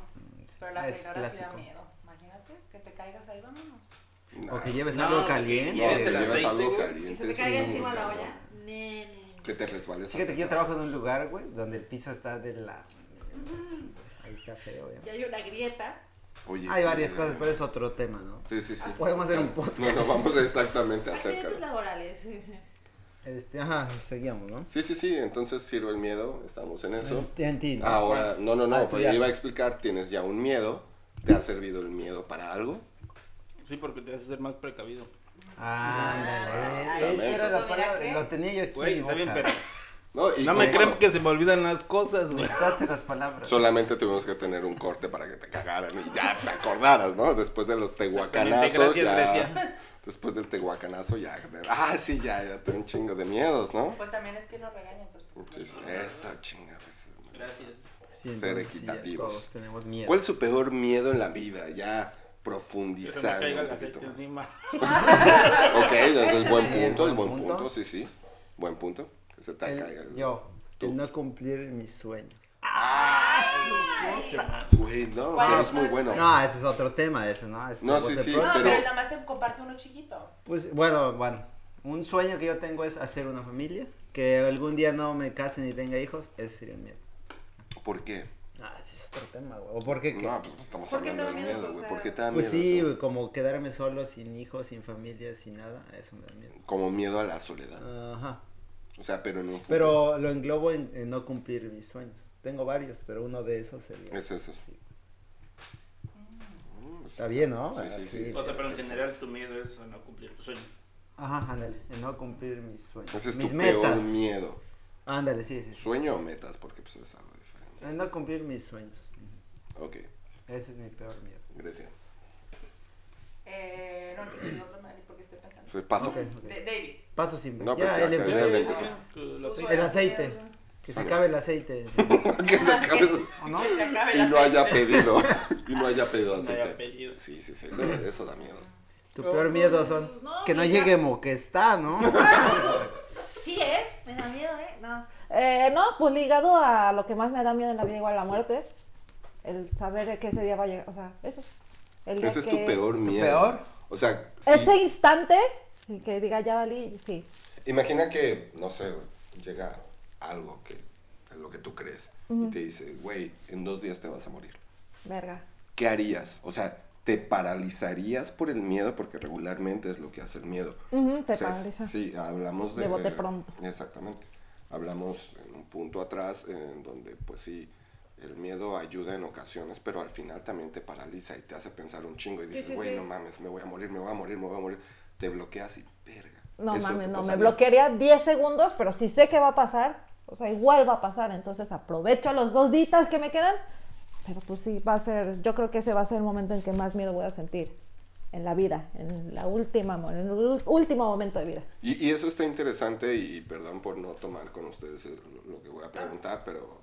Speaker 8: Pero la
Speaker 3: Es
Speaker 8: señora sí da
Speaker 3: clásico.
Speaker 8: miedo. Imagínate que te caigas ahí, vámonos.
Speaker 3: O que lleves
Speaker 4: No,
Speaker 3: algo
Speaker 4: que
Speaker 2: No,
Speaker 3: caliente.
Speaker 4: lleves
Speaker 2: que
Speaker 4: el
Speaker 2: llevas
Speaker 4: aceite,
Speaker 2: algo
Speaker 4: güey,
Speaker 2: caliente.
Speaker 8: Y se te
Speaker 2: sí,
Speaker 8: caiga
Speaker 2: muy
Speaker 8: encima la
Speaker 2: cabrón.
Speaker 8: olla.
Speaker 6: Ne, ne,
Speaker 2: Que te resbales.
Speaker 3: Fíjate que yo
Speaker 2: aceite.
Speaker 3: trabajo en un lugar, güey, donde el piso está de la. Ahí está feo,
Speaker 6: Ya
Speaker 3: ya.
Speaker 6: hay una grieta.
Speaker 2: Oye,
Speaker 3: Hay
Speaker 2: sí,
Speaker 3: varias
Speaker 2: eh,
Speaker 3: cosas, pero es otro tema, ¿no?
Speaker 2: Sí, sí, sí.
Speaker 3: Podemos hacer un
Speaker 2: No,
Speaker 3: podcast.
Speaker 2: no, vamos exactamente acerca.
Speaker 6: Accidentes
Speaker 2: de-
Speaker 6: laborales.
Speaker 3: Este, ajá, seguíamos, ¿no?
Speaker 2: Sí, sí, sí. Entonces sirve el miedo. Estamos en eso.
Speaker 3: TNT, ¿no?
Speaker 2: Ahora, no, no, no.
Speaker 3: Ah, tú
Speaker 2: pues
Speaker 3: ya.
Speaker 2: iba a explicar. Tienes ya un miedo. ¿Te ha servido el miedo para algo?
Speaker 4: Sí, porque te hace ser más precavido.
Speaker 3: Ándale, esa
Speaker 2: exactamente.
Speaker 3: era la
Speaker 8: Eso, mira
Speaker 3: palabra.
Speaker 8: qué.
Speaker 3: Lo tenía yo aquí.
Speaker 4: Güey, está bien,
Speaker 3: boca.
Speaker 4: pero
Speaker 2: No, y
Speaker 4: no me
Speaker 2: como-
Speaker 4: creen que se me olvidan las cosas, güey.
Speaker 3: Daste las palabras.
Speaker 2: Solamente tuvimos que tener un corte para que te cagaran y ya te acordaras, ¿no? Después de los tehuacanazos.
Speaker 4: Exactamente, gracias,
Speaker 2: ya-
Speaker 4: Grecia.
Speaker 2: Después del tehuacanazo ya. Ah, sí, ya, ya tengo un chingo de miedos, ¿no?
Speaker 8: Pues también es que lo regaña, entonces. pues,
Speaker 2: Sí, sí, Eso, chingados.
Speaker 4: Gracias.
Speaker 3: Sí,
Speaker 2: ser
Speaker 3: entonces, sí, ya
Speaker 2: equitativos.
Speaker 3: todos tenemos miedo.
Speaker 2: ¿Cuál es su peor miedo en la vida? Ya
Speaker 4: Que se me
Speaker 2: profundizando
Speaker 4: caiga
Speaker 2: un
Speaker 4: el
Speaker 2: poquito
Speaker 4: aceite
Speaker 2: más.
Speaker 4: encima.
Speaker 2: Ok, entonces buen
Speaker 3: es
Speaker 2: punto, es
Speaker 3: buen
Speaker 2: buen
Speaker 3: punto.
Speaker 2: punto, sí, sí. Buen punto. Que se te
Speaker 3: El-
Speaker 2: caiga el-
Speaker 3: Yo,
Speaker 2: Tú.
Speaker 3: el no cumplir mis sueños. Ah,
Speaker 2: Güey, no, pero es muy bueno.
Speaker 3: No, ese es otro tema, ese, ¿no? Este, Es
Speaker 2: No,
Speaker 3: como
Speaker 2: sí,
Speaker 3: te
Speaker 2: sí,
Speaker 3: pro-
Speaker 8: No,
Speaker 2: pero-
Speaker 8: pero él nada más se comparte uno chiquito.
Speaker 3: Pues, bueno, bueno. Un sueño que yo tengo es hacer una familia. Que algún día no me case ni tenga hijos, ese sería el miedo.
Speaker 2: ¿Por qué?
Speaker 3: Ah, ese es otro tema, güey. ¿O por qué? qué?
Speaker 2: No, pues estamos
Speaker 8: ¿Por qué te
Speaker 2: hablando
Speaker 8: da
Speaker 2: del
Speaker 8: miedo
Speaker 2: miedo,
Speaker 8: eso?
Speaker 2: güey.
Speaker 8: O
Speaker 2: ¿Por
Speaker 8: sea,
Speaker 2: qué te da
Speaker 3: pues
Speaker 2: miedo?
Speaker 3: sí,
Speaker 2: eso?
Speaker 3: güey, como quedarme solo, sin hijos, sin familia, sin nada, eso me da miedo.
Speaker 2: Como miedo a la soledad.
Speaker 3: Ajá.
Speaker 2: O sea, pero en un futuro.
Speaker 3: Pero lo englobo en, en no cumplir mis sueños. Tengo varios, pero uno de esos sería.
Speaker 2: Es eso. Mm, pues
Speaker 3: Sí. Está bien, ¿no?
Speaker 2: Sí, sí, sí.
Speaker 4: O sea, pero en general tu miedo es no cumplir tu sueño.
Speaker 3: Ajá, ándale, en no cumplir mis sueños.
Speaker 2: Ese es
Speaker 3: mis
Speaker 2: tu
Speaker 3: metas.
Speaker 2: peor miedo.
Speaker 3: Ándale, sí, sí. sí.
Speaker 2: ¿Sueño o metas? Porque pues es algo diferente.
Speaker 3: En no cumplir mis sueños.
Speaker 2: Ok,
Speaker 3: Ese es mi peor miedo.
Speaker 2: Grecia.
Speaker 8: Eh, no, que el otro me porque estoy pensando.
Speaker 2: Se paso.
Speaker 3: Ok.
Speaker 8: De- David.
Speaker 3: Paso sin ver.
Speaker 2: No,
Speaker 3: ya,
Speaker 2: pues,
Speaker 3: el,
Speaker 2: acá,
Speaker 4: Yo
Speaker 2: Pero
Speaker 3: empleo-
Speaker 2: ya
Speaker 4: soy
Speaker 2: le
Speaker 4: el
Speaker 2: empezó.
Speaker 4: que lo sé.
Speaker 3: el aceite. Que se acabe el aceite.
Speaker 2: Que se acabe-
Speaker 3: ¿O no?
Speaker 8: Se acaba
Speaker 2: Y
Speaker 8: el
Speaker 2: no
Speaker 8: aceite.
Speaker 2: haya pedido. Y no haya pedido
Speaker 4: No haya
Speaker 2: aceite.
Speaker 4: pedido.
Speaker 2: Sí, sí, sí. Eso, eso da miedo.
Speaker 3: Tu peor miedo son
Speaker 6: no,
Speaker 3: que no
Speaker 6: mira.
Speaker 3: llegue mo que está, ¿no?
Speaker 6: Sí, ¿eh? Me da miedo, ¿eh? No.
Speaker 7: Eh, no, pues ligado a lo que más me da miedo en la vida, igual la muerte. El saber que ese día va a llegar, o sea, eso. El día
Speaker 2: Ese es
Speaker 7: que-
Speaker 2: tu peor
Speaker 3: ¿Es tu
Speaker 2: miedo.
Speaker 3: peor?
Speaker 2: O sea, sí.
Speaker 7: Ese instante y que diga ya valí, sí.
Speaker 2: imagina que, no sé, llega algo que es lo que tú crees y te dice, güey, en dos días te vas a morir.
Speaker 7: Verga.
Speaker 2: ¿qué harías? O sea, ¿te paralizarías por el miedo? Porque regularmente es lo que hace el miedo.
Speaker 7: Ujú, te
Speaker 2: O sea, es-
Speaker 7: paraliza.
Speaker 2: Sí, hablamos de...
Speaker 7: De bote pronto.
Speaker 2: Exactamente. Hablamos en un punto atrás en donde, pues sí, el miedo ayuda en ocasiones, pero al final también te paraliza y te hace pensar un chingo y dices,
Speaker 8: sí,
Speaker 2: güey,
Speaker 8: sí.
Speaker 2: no mames, me voy a morir, me voy a morir, me voy a morir. Te bloqueas y, verga,
Speaker 7: No
Speaker 2: Eso
Speaker 7: mames,
Speaker 2: te
Speaker 7: no,
Speaker 2: pasa
Speaker 7: me
Speaker 2: a mí.
Speaker 7: bloquearía 10 segundos, pero si sé que va a pasar, o sea, igual va a pasar, entonces aprovecho los dos ditas que me quedan, pero pues sí, va a ser, yo creo que ese va a ser el momento en que más miedo voy a sentir en la vida, en la última, mo- en el ul- último momento de vida.
Speaker 2: Y, y eso está interesante y perdón por no tomar con ustedes el- lo que voy a preguntar, pero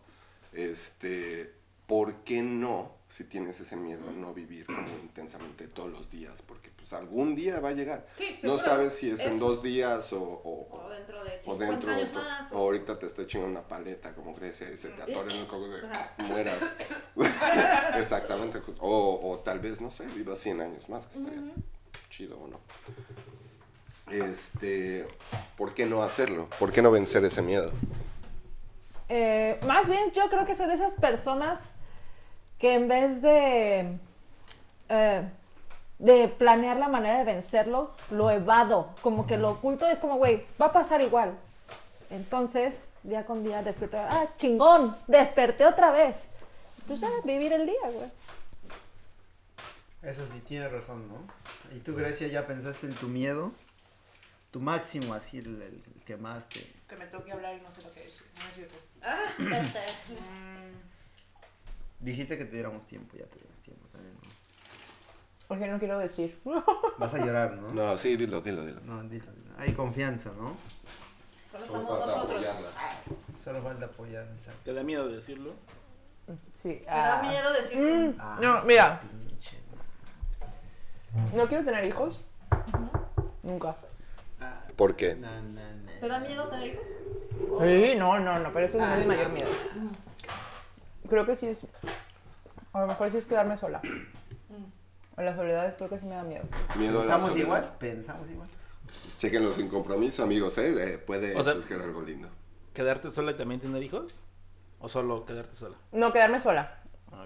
Speaker 2: este, ¿por qué no, si tienes ese miedo, no vivir como intensamente todos los días? Porque pues algún día va a llegar.
Speaker 6: Sí,
Speaker 2: no
Speaker 6: seguro.
Speaker 2: sabes si es en
Speaker 6: Eso.
Speaker 2: dos días o, o-
Speaker 6: O
Speaker 2: o-
Speaker 6: dentro de
Speaker 2: o
Speaker 6: 50
Speaker 2: dentro de
Speaker 6: años
Speaker 2: esto.
Speaker 6: más.
Speaker 2: O ahorita te está chingando una paleta como Grecia y se te atora en el coco de
Speaker 6: Ajá.
Speaker 2: mueras. Exactamente. pues, O, o tal vez, no sé, vivas 100 años más, que estaría chido o no. Este, ¿por qué no hacerlo? ¿Por qué no vencer ese miedo?
Speaker 7: Eh, más bien, yo creo que soy de esas personas que en vez de, eh, de planear la manera de vencerlo, lo evado, como que lo oculto, es como, güey, va a pasar igual. Entonces, día con día despierto, ah, chingón, desperté otra vez. Pues ya, vivir el día, güey.
Speaker 3: Eso sí, tienes razón, ¿no? ¿Y tú, Grecia, ya pensaste en tu miedo? Tu máximo, así, el, el- el que más te...
Speaker 8: Que me toque hablar y no sé lo que decir. No es cierto.
Speaker 3: Dijiste que te diéramos tiempo, ya te dimos tiempo también, ¿no?
Speaker 9: Porque no quiero decir.
Speaker 3: Vas a llorar, ¿no?
Speaker 2: No, sí, dilo, dilo, dilo.
Speaker 3: No, dilo, dilo. Hay confianza, ¿no?
Speaker 6: Solo
Speaker 2: Solo
Speaker 6: estamos
Speaker 2: falta
Speaker 6: nosotros.
Speaker 2: apoyarla.
Speaker 6: Ah,
Speaker 3: Solo falta apoyar, exacto.
Speaker 4: ¿Te da miedo decirlo?
Speaker 9: Sí.
Speaker 6: Me da
Speaker 9: ah.
Speaker 6: miedo decirlo.
Speaker 3: Ah,
Speaker 9: No,
Speaker 3: esa
Speaker 9: mira.
Speaker 3: pinche madre.
Speaker 9: No quiero tener hijos. Nunca.
Speaker 3: Ah,
Speaker 2: ¿Por qué?
Speaker 3: na, na, na.
Speaker 6: ¿Te da miedo tener hijos?
Speaker 8: Oh.
Speaker 9: Sí, no, no, no, pero eso no es
Speaker 8: Ah,
Speaker 9: mi mayor miedo. Creo que sí es. A lo mejor sí es quedarme sola.
Speaker 8: Mm.
Speaker 9: A las soledades creo que sí me da miedo.
Speaker 2: Miedo a la
Speaker 3: Pensamos
Speaker 2: soledad.
Speaker 3: igual, pensamos igual.
Speaker 2: Chequenlo sin compromiso, amigos, ¿eh? Eh, puede
Speaker 4: O sea-
Speaker 2: surgir algo lindo.
Speaker 4: ¿Quedarte sola y también tener hijos? ¿O solo quedarte sola?
Speaker 9: No, quedarme sola.
Speaker 4: Ah,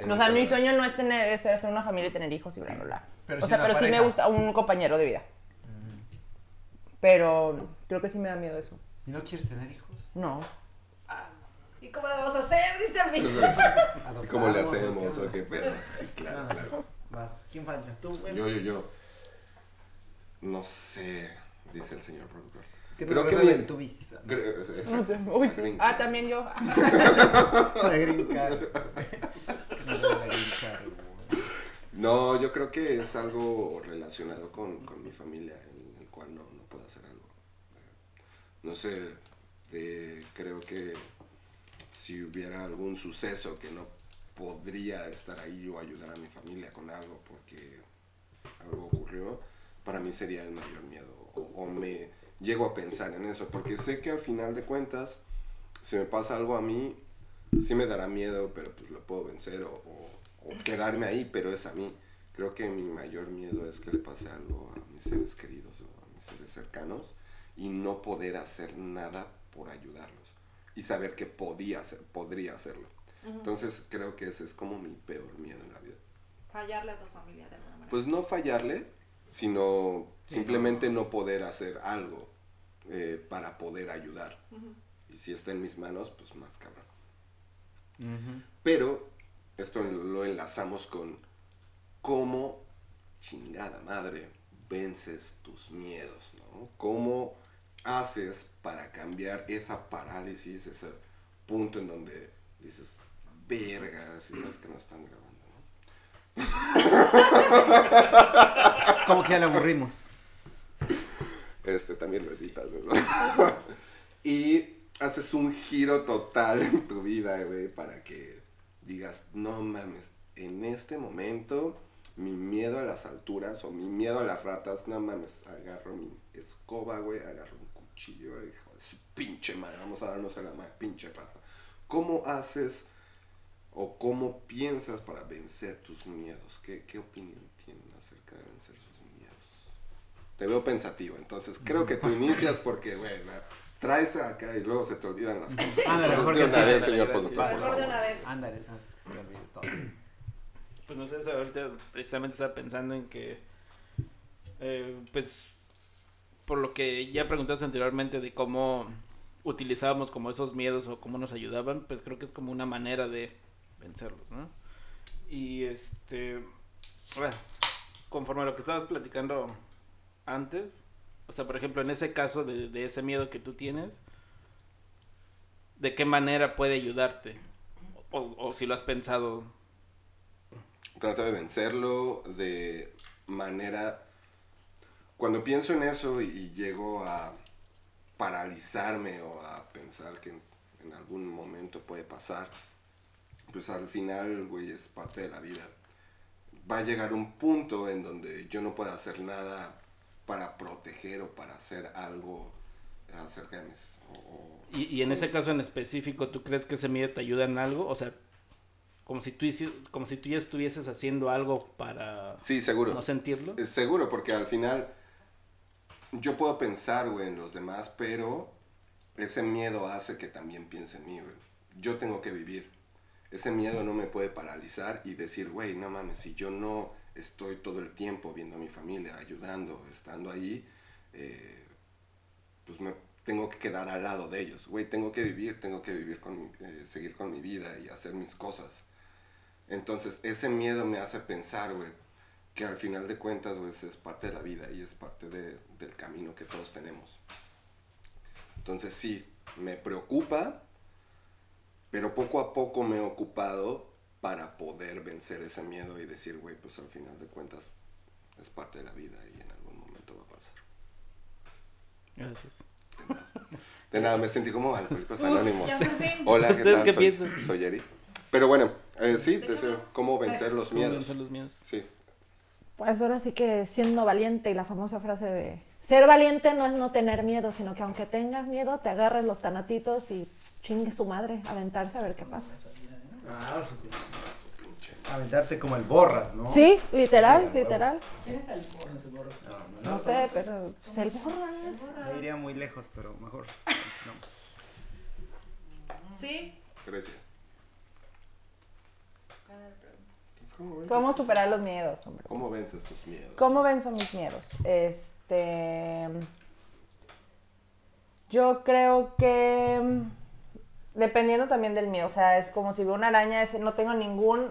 Speaker 4: ok.
Speaker 9: O sea, mi sueño no es tener, es hacer una familia y tener hijos y bla, bla, bla.
Speaker 3: Pero
Speaker 9: o
Speaker 3: sí
Speaker 9: sea,
Speaker 3: una
Speaker 9: pero sí me
Speaker 3: pareja.
Speaker 9: gusta un compañero de vida. Pero creo que sí me da miedo eso.
Speaker 3: ¿Y no quieres tener hijos?
Speaker 9: No.
Speaker 6: ¿Y cómo lo vamos a hacer? Dice a mí.
Speaker 2: ¿Y ¿Cómo le
Speaker 3: ¿Adoptamos o
Speaker 2: hacemos?
Speaker 3: qué
Speaker 2: ¿O qué pedo? Sí,
Speaker 3: onda?
Speaker 2: claro,
Speaker 3: No, no sé.
Speaker 2: claro.
Speaker 3: Vas, ¿quién falta? ¿Tú, güey?
Speaker 2: Yo, yo, yo. No sé, dice el señor productor.
Speaker 3: ¿Qué te
Speaker 2: Creo que
Speaker 3: parece
Speaker 2: mi-
Speaker 3: del tubis?
Speaker 2: Creo- exacto.
Speaker 9: Uy,
Speaker 2: La green
Speaker 9: ah,
Speaker 2: card.
Speaker 9: también yo.
Speaker 3: La green card. Que no veo la green card, güey.
Speaker 2: No, yo creo que es algo relacionado con, con mi familia, en el cual no, no puedo hacer algo. No sé, eh, creo que si hubiera algún suceso que no podría estar ahí o ayudar a mi familia con algo porque algo ocurrió, para mí sería el mayor miedo. O, o me llego a pensar en eso, porque sé que al final de cuentas, si me pasa algo a mí, sí me dará miedo, pero pues lo puedo vencer o, o- o quedarme ahí, pero es a mí. Creo que mi mayor miedo es que le pase algo a mis seres queridos o a mis seres cercanos y no poder hacer nada por ayudarlos y saber que podía hacer, podría hacerlo. Entonces creo que ese es como mi peor miedo en la vida.
Speaker 6: Fallarle a tu familia de alguna manera.
Speaker 2: Pues no fallarle, sino simplemente no poder hacer algo eh, para poder ayudar. Y si está en mis manos, pues más cabrón. Pero esto lo lo enlazamos con cómo chingada madre vences tus miedos, ¿no? ¿Cómo haces para cambiar esa parálisis, ese punto en donde dices, vergas, y sabes que no están grabando, ¿no?
Speaker 3: Como que ya le aburrimos.
Speaker 2: Este, también lo editas, ¿verdad? y haces un giro total en tu vida, güey, para que digas, no mames, en este momento mi miedo a las alturas o mi miedo a las ratas, no mames, agarro mi escoba, güey, agarro un cuchillo, güey, hijo de su pinche madre, vamos a darnos a la ma- pinche rata. ¿Cómo haces o cómo piensas para vencer tus miedos? ¿Qué, qué opinión tienen acerca de vencer sus miedos? Te veo pensativo, entonces creo que tú inicias porque, güey, la- traes acá y luego se te olvidan las cosas.
Speaker 3: Ándale,
Speaker 2: Entonces,
Speaker 3: mejor
Speaker 2: de
Speaker 3: que
Speaker 2: una
Speaker 3: empiece,
Speaker 2: vez,
Speaker 4: dale,
Speaker 2: señor
Speaker 4: gracias.
Speaker 2: productor, por
Speaker 6: Mejor de
Speaker 2: favor.
Speaker 6: una vez.
Speaker 3: Ándale, antes que se le olvide todo.
Speaker 4: Pues no sé, o sea, ahorita precisamente estaba pensando en que, eh, pues, por lo que ya preguntaste anteriormente de cómo utilizábamos como esos miedos o cómo nos ayudaban, pues creo que es como una manera de vencerlos, ¿no? Y este, bueno, conforme a lo que estabas platicando antes, o O sea, por ejemplo, en ese caso de, de ese miedo que tú tienes, ¿de qué manera puede ayudarte? O, o si lo has pensado.
Speaker 2: Trato de vencerlo de manera... Cuando pienso en eso y, y llego a paralizarme o a pensar que en, en algún momento puede pasar, pues al final, güey, es parte de la vida. Va a llegar un punto en donde yo no pueda hacer nada para proteger o para hacer algo acerca de mis... o- o-
Speaker 4: Y, y en ese caso en específico, ¿tú crees que ese miedo te ayuda en algo? O sea, como si tú, hici- como si tú ya estuvieses haciendo algo para
Speaker 2: Sí, seguro.
Speaker 4: no sentirlo.
Speaker 2: Eh, Seguro, porque al final yo puedo pensar, güey, en los demás, pero ese miedo hace que también piense en mí, güey. Yo tengo que vivir. Ese miedo no me puede paralizar y decir, güey, no mames, si yo no estoy todo el tiempo viendo a mi familia, ayudando, estando ahí, eh, pues me tengo que quedar al lado de ellos. Güey, tengo que vivir, tengo que vivir con, mi- eh, seguir con mi vida y hacer mis cosas. Entonces, ese miedo me hace pensar, güey, que al final de cuentas pues, es parte de la vida y es parte de- del camino que todos tenemos. Entonces sí, me preocupa, pero poco a poco me he ocupado para poder vencer ese miedo y decir, güey, pues al final de cuentas es parte de la vida y en algún momento va a pasar.
Speaker 4: Gracias.
Speaker 2: De nada, me sentí como alcohólicos anónimos.
Speaker 6: ya por fin.
Speaker 2: Hola, ¿qué
Speaker 4: ¿Ustedes
Speaker 2: tal?
Speaker 4: qué
Speaker 2: Soy-
Speaker 4: piensan?
Speaker 2: Soy Eri. Pero bueno, eh, sí,
Speaker 6: ¿De qué
Speaker 2: deseo
Speaker 6: hablamos?
Speaker 2: cómo vencer los miedos.
Speaker 4: Son los miedos.
Speaker 2: Sí,
Speaker 7: Pues ahora sí que siendo valiente y la famosa frase de ser valiente no es no tener miedo, sino que aunque tengas miedo, te agarres los tanatitos y chingue su madre, aventarse a ver qué pasa.
Speaker 10: Ah, su pinche- Aventarte como el borras, ¿no?
Speaker 7: Sí, literal, literal.
Speaker 8: Oh. ¿Quién es el
Speaker 7: No sé, pero pues, el borras.
Speaker 3: Me iría muy lejos, pero mejor. continuamos.
Speaker 6: Sí,
Speaker 2: Grecia. Pues, ¿cómo, ven-
Speaker 9: ¿Cómo superar los miedos, hombre?
Speaker 2: ¿Cómo vences tus miedos?
Speaker 9: ¿Cómo venzo mis miedos? Este. Yo creo que. mm, Dependiendo también del miedo. O sea, es como si veo una araña, ese, Pues, no tengo ningún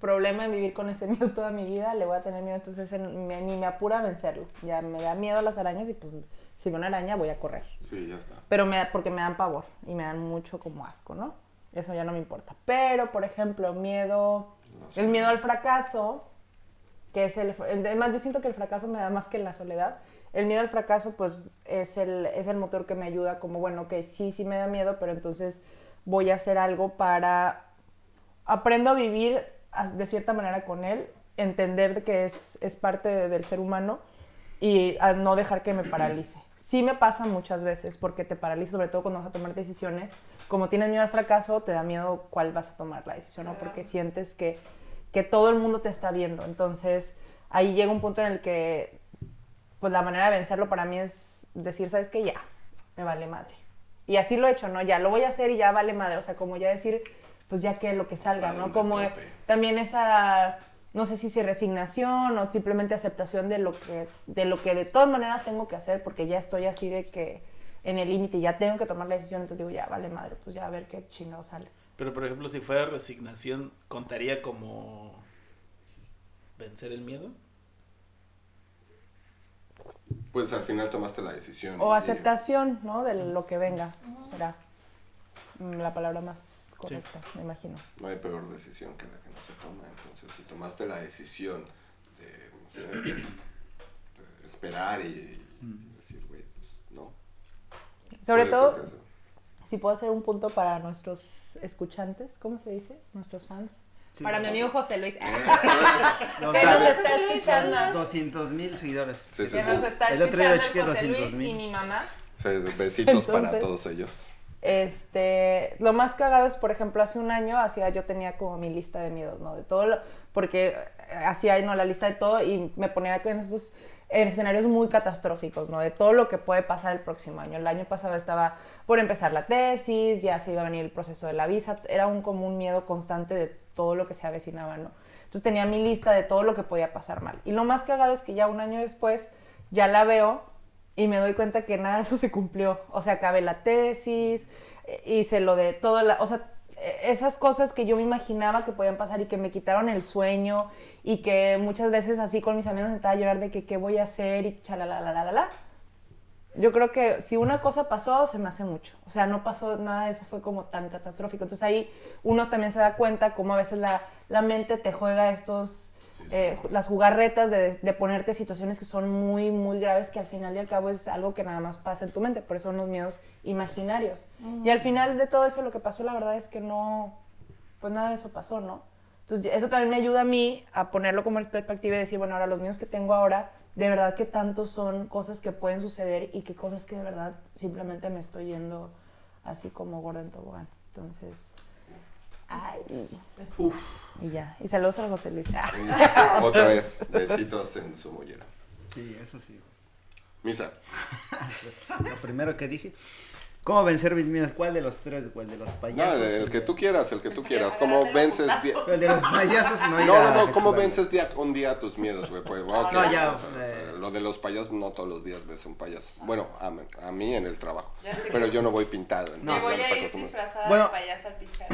Speaker 9: problema en vivir con ese miedo toda mi vida. Le voy a tener miedo, entonces ese me- ni me apura a vencerlo. Ya me da miedo las arañas y pues si veo una araña voy a correr.
Speaker 2: Sí, ya está.
Speaker 9: Pero me da- porque me dan pavor y me dan mucho como asco, ¿no? Eso ya no me importa. Pero, por ejemplo, miedo.
Speaker 2: Las-
Speaker 9: El miedo al fracaso, que es el. Además, yo siento que el fracaso me da más que la soledad. El miedo al fracaso, pues, es el, es el motor que me ayuda, como, bueno, que sí, sí me da miedo, pero entonces voy a hacer algo para. Aprendo a vivir a- de cierta manera con él, entender que es, es parte de- del ser humano y a no dejar que me paralice. Sí me pasa muchas veces porque te paraliza, sobre todo cuando vas a tomar decisiones. Como tienes miedo al fracaso, te da miedo cuál vas a tomar la decisión, ¿no? Porque sientes que, que todo el mundo te está viendo. Entonces, ahí llega un punto en el que, pues la manera de vencerlo para mí es decir, ¿sabes qué? Ya, me vale madre. Y así lo he hecho, ¿no? Ya lo voy a hacer y ya vale madre. O sea, como ya decir, pues ya que lo que salga,
Speaker 2: Vale,
Speaker 9: ¿no? Como
Speaker 2: me tope.
Speaker 9: también esa, no sé si si resignación o simplemente aceptación de lo que de, lo que de todas maneras tengo que hacer porque ya estoy así de que en el límite ya tengo que tomar la decisión. Entonces digo, ya vale madre, pues ya a ver qué chingado sale.
Speaker 4: Pero por ejemplo, si fuera resignación, ¿contaría como vencer el miedo?
Speaker 2: Pues al final tomaste la decisión.
Speaker 9: O
Speaker 2: y-
Speaker 9: aceptación, ¿no? De lo que venga. Será mm, la palabra más correcta, me imagino.
Speaker 2: No hay peor decisión que la que no se toma. Entonces, si tomaste la decisión de, no sé, de esperar y, y decir, güey, pues no. puede
Speaker 9: Sobre
Speaker 2: ser
Speaker 9: todo,
Speaker 2: que eso.
Speaker 9: si puedo hacer un punto para nuestros escuchantes, ¿cómo se dice? Nuestros fans. para mi amigo José Luis,
Speaker 3: Eh, Los
Speaker 9: que nos
Speaker 3: sabes,
Speaker 9: está escuchando.
Speaker 3: 200 mil seguidores.
Speaker 2: Sí, sí,
Speaker 9: Que nos
Speaker 2: sí.
Speaker 9: está
Speaker 3: El otro día lo
Speaker 9: escuchando el
Speaker 3: chequé, 200
Speaker 9: José Luis
Speaker 3: mil.
Speaker 9: y mi mamá.
Speaker 2: O sea, besitos para
Speaker 9: Entonces-
Speaker 2: todos ellos.
Speaker 9: Este, lo más cagado es, por ejemplo, hace un año hacía yo tenía como mi lista de miedos, ¿no? De todo lo, porque eh, hacía no la lista de todo y me ponía en esos en escenarios muy catastróficos, ¿no? De todo lo que puede pasar el próximo año. El año pasado estaba por empezar la tesis, ya se iba a venir el proceso de la visa, era un como un miedo constante de todo lo que se avecinaba, ¿no? Entonces tenía mi lista de todo lo que podía pasar mal. Y lo más cagado es que ya un año después ya la veo y me doy cuenta que nada de eso se cumplió. O sea, acabé la tesis, eh, hice lo de todo, la, o sea, eh, esas cosas que yo me imaginaba que podían pasar y que me quitaron el sueño y que muchas veces así con mis amigos me sentaba a llorar de que qué voy a hacer y chalala, la, la, la, la. Yo creo que si una cosa pasó, se me hace mucho. O sea, no pasó nada de eso, fue como tan catastrófico. Entonces ahí uno también se da cuenta cómo a veces la, la mente te juega estos, eh, ju- las jugarretas de, de ponerte situaciones que son muy, muy graves, que al final y al cabo es algo que nada más pasa en tu mente. Por eso son los miedos imaginarios. Y al final de todo eso, lo que pasó, la verdad es que no, pues nada de eso pasó, ¿no? Entonces, eso también me ayuda a mí a ponerlo como en perspectiva y decir, bueno, ahora los míos que tengo ahora, de verdad que tanto son cosas que pueden suceder y que cosas que de verdad simplemente me estoy yendo así como gorda en tobogán. Entonces, ay,
Speaker 4: Uf.
Speaker 9: y ya. Y saludos a José Luis. Ah.
Speaker 2: Otra vez, besitos en su mollera.
Speaker 3: Sí, eso sí.
Speaker 2: Misa.
Speaker 3: Lo primero que dije. ¿Cómo vencer mis miedos? ¿Cuál de los tres? ¿Cuál de los
Speaker 2: No,
Speaker 3: payasos?
Speaker 2: Ah, el, el que tú quieras, el que tú quieras.
Speaker 8: Agarrarle
Speaker 2: ¿Cómo
Speaker 8: los
Speaker 2: vences día-
Speaker 8: putazos.
Speaker 3: El de los payasos no
Speaker 2: No,
Speaker 3: hay
Speaker 2: no,
Speaker 3: nada
Speaker 2: no,
Speaker 3: que
Speaker 2: ¿cómo
Speaker 3: estudiar.
Speaker 2: vences día un día tus miedos, güey? Pues, bueno, ok,
Speaker 3: no, ya,
Speaker 2: o sea, o sea,
Speaker 3: eh.
Speaker 2: lo de los payasos no todos los días ves un payaso. Bueno, a, mí- a mí en el trabajo.
Speaker 8: Ah. Ya sé.
Speaker 2: Pero yo no voy pintado.
Speaker 3: No,
Speaker 8: Me
Speaker 2: entonces
Speaker 8: voy
Speaker 2: ya
Speaker 8: a
Speaker 2: estoy
Speaker 8: ir
Speaker 2: acostumbrado.
Speaker 8: disfrazada
Speaker 3: Bueno.
Speaker 8: de payasa al pinche.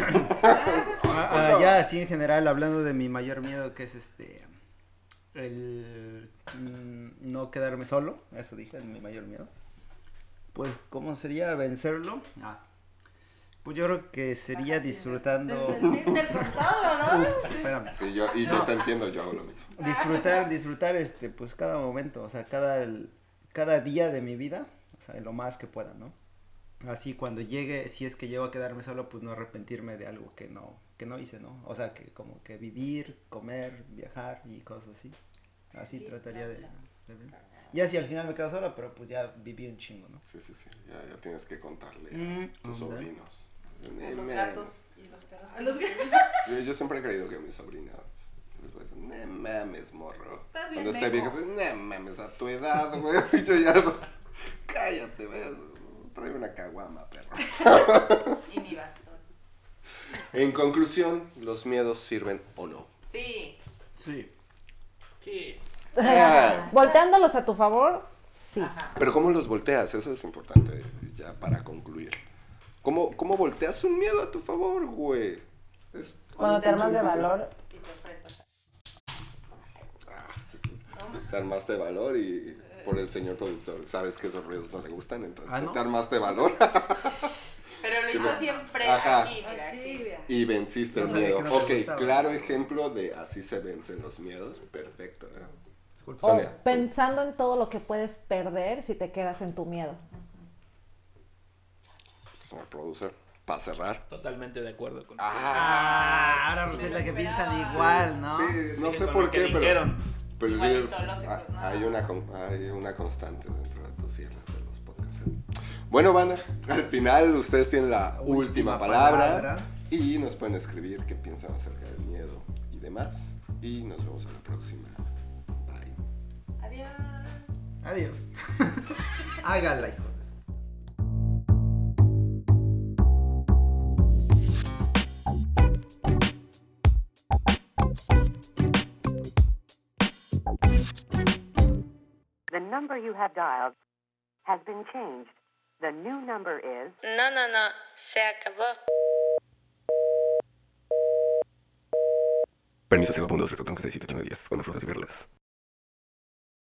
Speaker 3: Ah, ah, ya así en general, hablando de mi mayor miedo, que es este. El. mm, no quedarme solo. Eso dije, es mi mayor miedo. Pues, ¿cómo sería vencerlo? Ah. Pues yo creo que sería disfrutando.
Speaker 8: Tinder con todo, ¿no?
Speaker 3: Espérame.
Speaker 2: Sí, yo, y yo te entiendo, yo hago lo mismo.
Speaker 3: disfrutar, disfrutar este, pues cada momento, o sea, cada, el- cada día de mi vida, o sea, lo más que pueda, ¿no? Así cuando llegue, si es que llego a quedarme solo, pues no arrepentirme de algo que no, que no hice, ¿no? O sea, que como que vivir, comer, viajar y cosas así. Así trataría de, de ver. Ya si al final me quedo sola, pero pues ya viví un chingo, ¿no?
Speaker 2: Sí, sí, sí. Ya, ya tienes que contarle
Speaker 3: Mm,
Speaker 2: a tus
Speaker 3: ándale.
Speaker 2: sobrinos.
Speaker 8: A
Speaker 2: Neme.
Speaker 8: los gatos y los perros. que
Speaker 6: los
Speaker 8: nos siguen.
Speaker 2: Yo, yo siempre he creído que a mis sobrinos les voy a decir, no mames, morro.
Speaker 6: Estás bien
Speaker 2: Cuando esté viejo,
Speaker 6: meco.
Speaker 2: no mames, a tu edad, güey. Y yo ya, no, cállate, güey. Trae una caguama, perro.
Speaker 8: Y mi bastón.
Speaker 2: En conclusión, ¿los miedos sirven o no?
Speaker 8: Sí.
Speaker 3: Sí.
Speaker 4: ¿Qué?
Speaker 2: Ah,
Speaker 7: Volteándolos a tu favor, sí.
Speaker 2: Pero ¿cómo los volteas? Eso es importante ya para concluir. ¿Cómo, cómo volteas un miedo a tu favor, güey? Es
Speaker 9: Cuando te
Speaker 2: un
Speaker 9: armas de
Speaker 2: pinche
Speaker 9: valor,
Speaker 8: Y te enfrentas.
Speaker 2: Te armaste de valor y por el señor productor. Sabes que esos ruidos no le gustan, entonces
Speaker 3: Ah, ¿no?
Speaker 2: te armaste de valor
Speaker 8: Pero lo hizo siempre
Speaker 2: Ajá.
Speaker 8: aquí, mira.
Speaker 6: Aquí,
Speaker 8: Aquí.
Speaker 6: vea.
Speaker 2: y venciste
Speaker 3: No
Speaker 2: el
Speaker 3: sabía
Speaker 2: miedo.
Speaker 3: que no te
Speaker 2: ok,
Speaker 3: gustaba.
Speaker 2: claro ejemplo de así se vencen los miedos. Perfecto. ¿eh?
Speaker 3: Disculpa.
Speaker 7: O
Speaker 2: Sonia.
Speaker 7: pensando en todo lo que puedes perder si te quedas en tu miedo.
Speaker 2: Señor pues, producer, para cerrar.
Speaker 4: Totalmente de acuerdo con
Speaker 3: Ah, ahora Rosela que piensan igual, ¿no?
Speaker 2: Sí, no
Speaker 4: Sí,
Speaker 2: sé
Speaker 4: con
Speaker 2: por
Speaker 4: lo que
Speaker 2: qué, pero,
Speaker 4: dijeron.
Speaker 2: pero sí
Speaker 8: Igualito,
Speaker 2: es-
Speaker 8: lo sé,
Speaker 2: ha-
Speaker 8: pues, nada.
Speaker 2: hay, una, con- hay una constante dentro de tus cierres de los podcasts. ¿eh? Bueno, banda, al final ustedes tienen la última,
Speaker 3: Última
Speaker 2: palabra,
Speaker 3: palabra.
Speaker 2: y nos pueden escribir qué piensan acerca del miedo y demás. Y nos vemos a la próxima. Bye.
Speaker 8: Adiós.
Speaker 3: Adiós. Hágala, hijos de su
Speaker 11: The number you have dialed has been changed. The new number is
Speaker 5: No, no, no, se acabó.
Speaker 2: Permiso, 0.3, con frutas y verlas.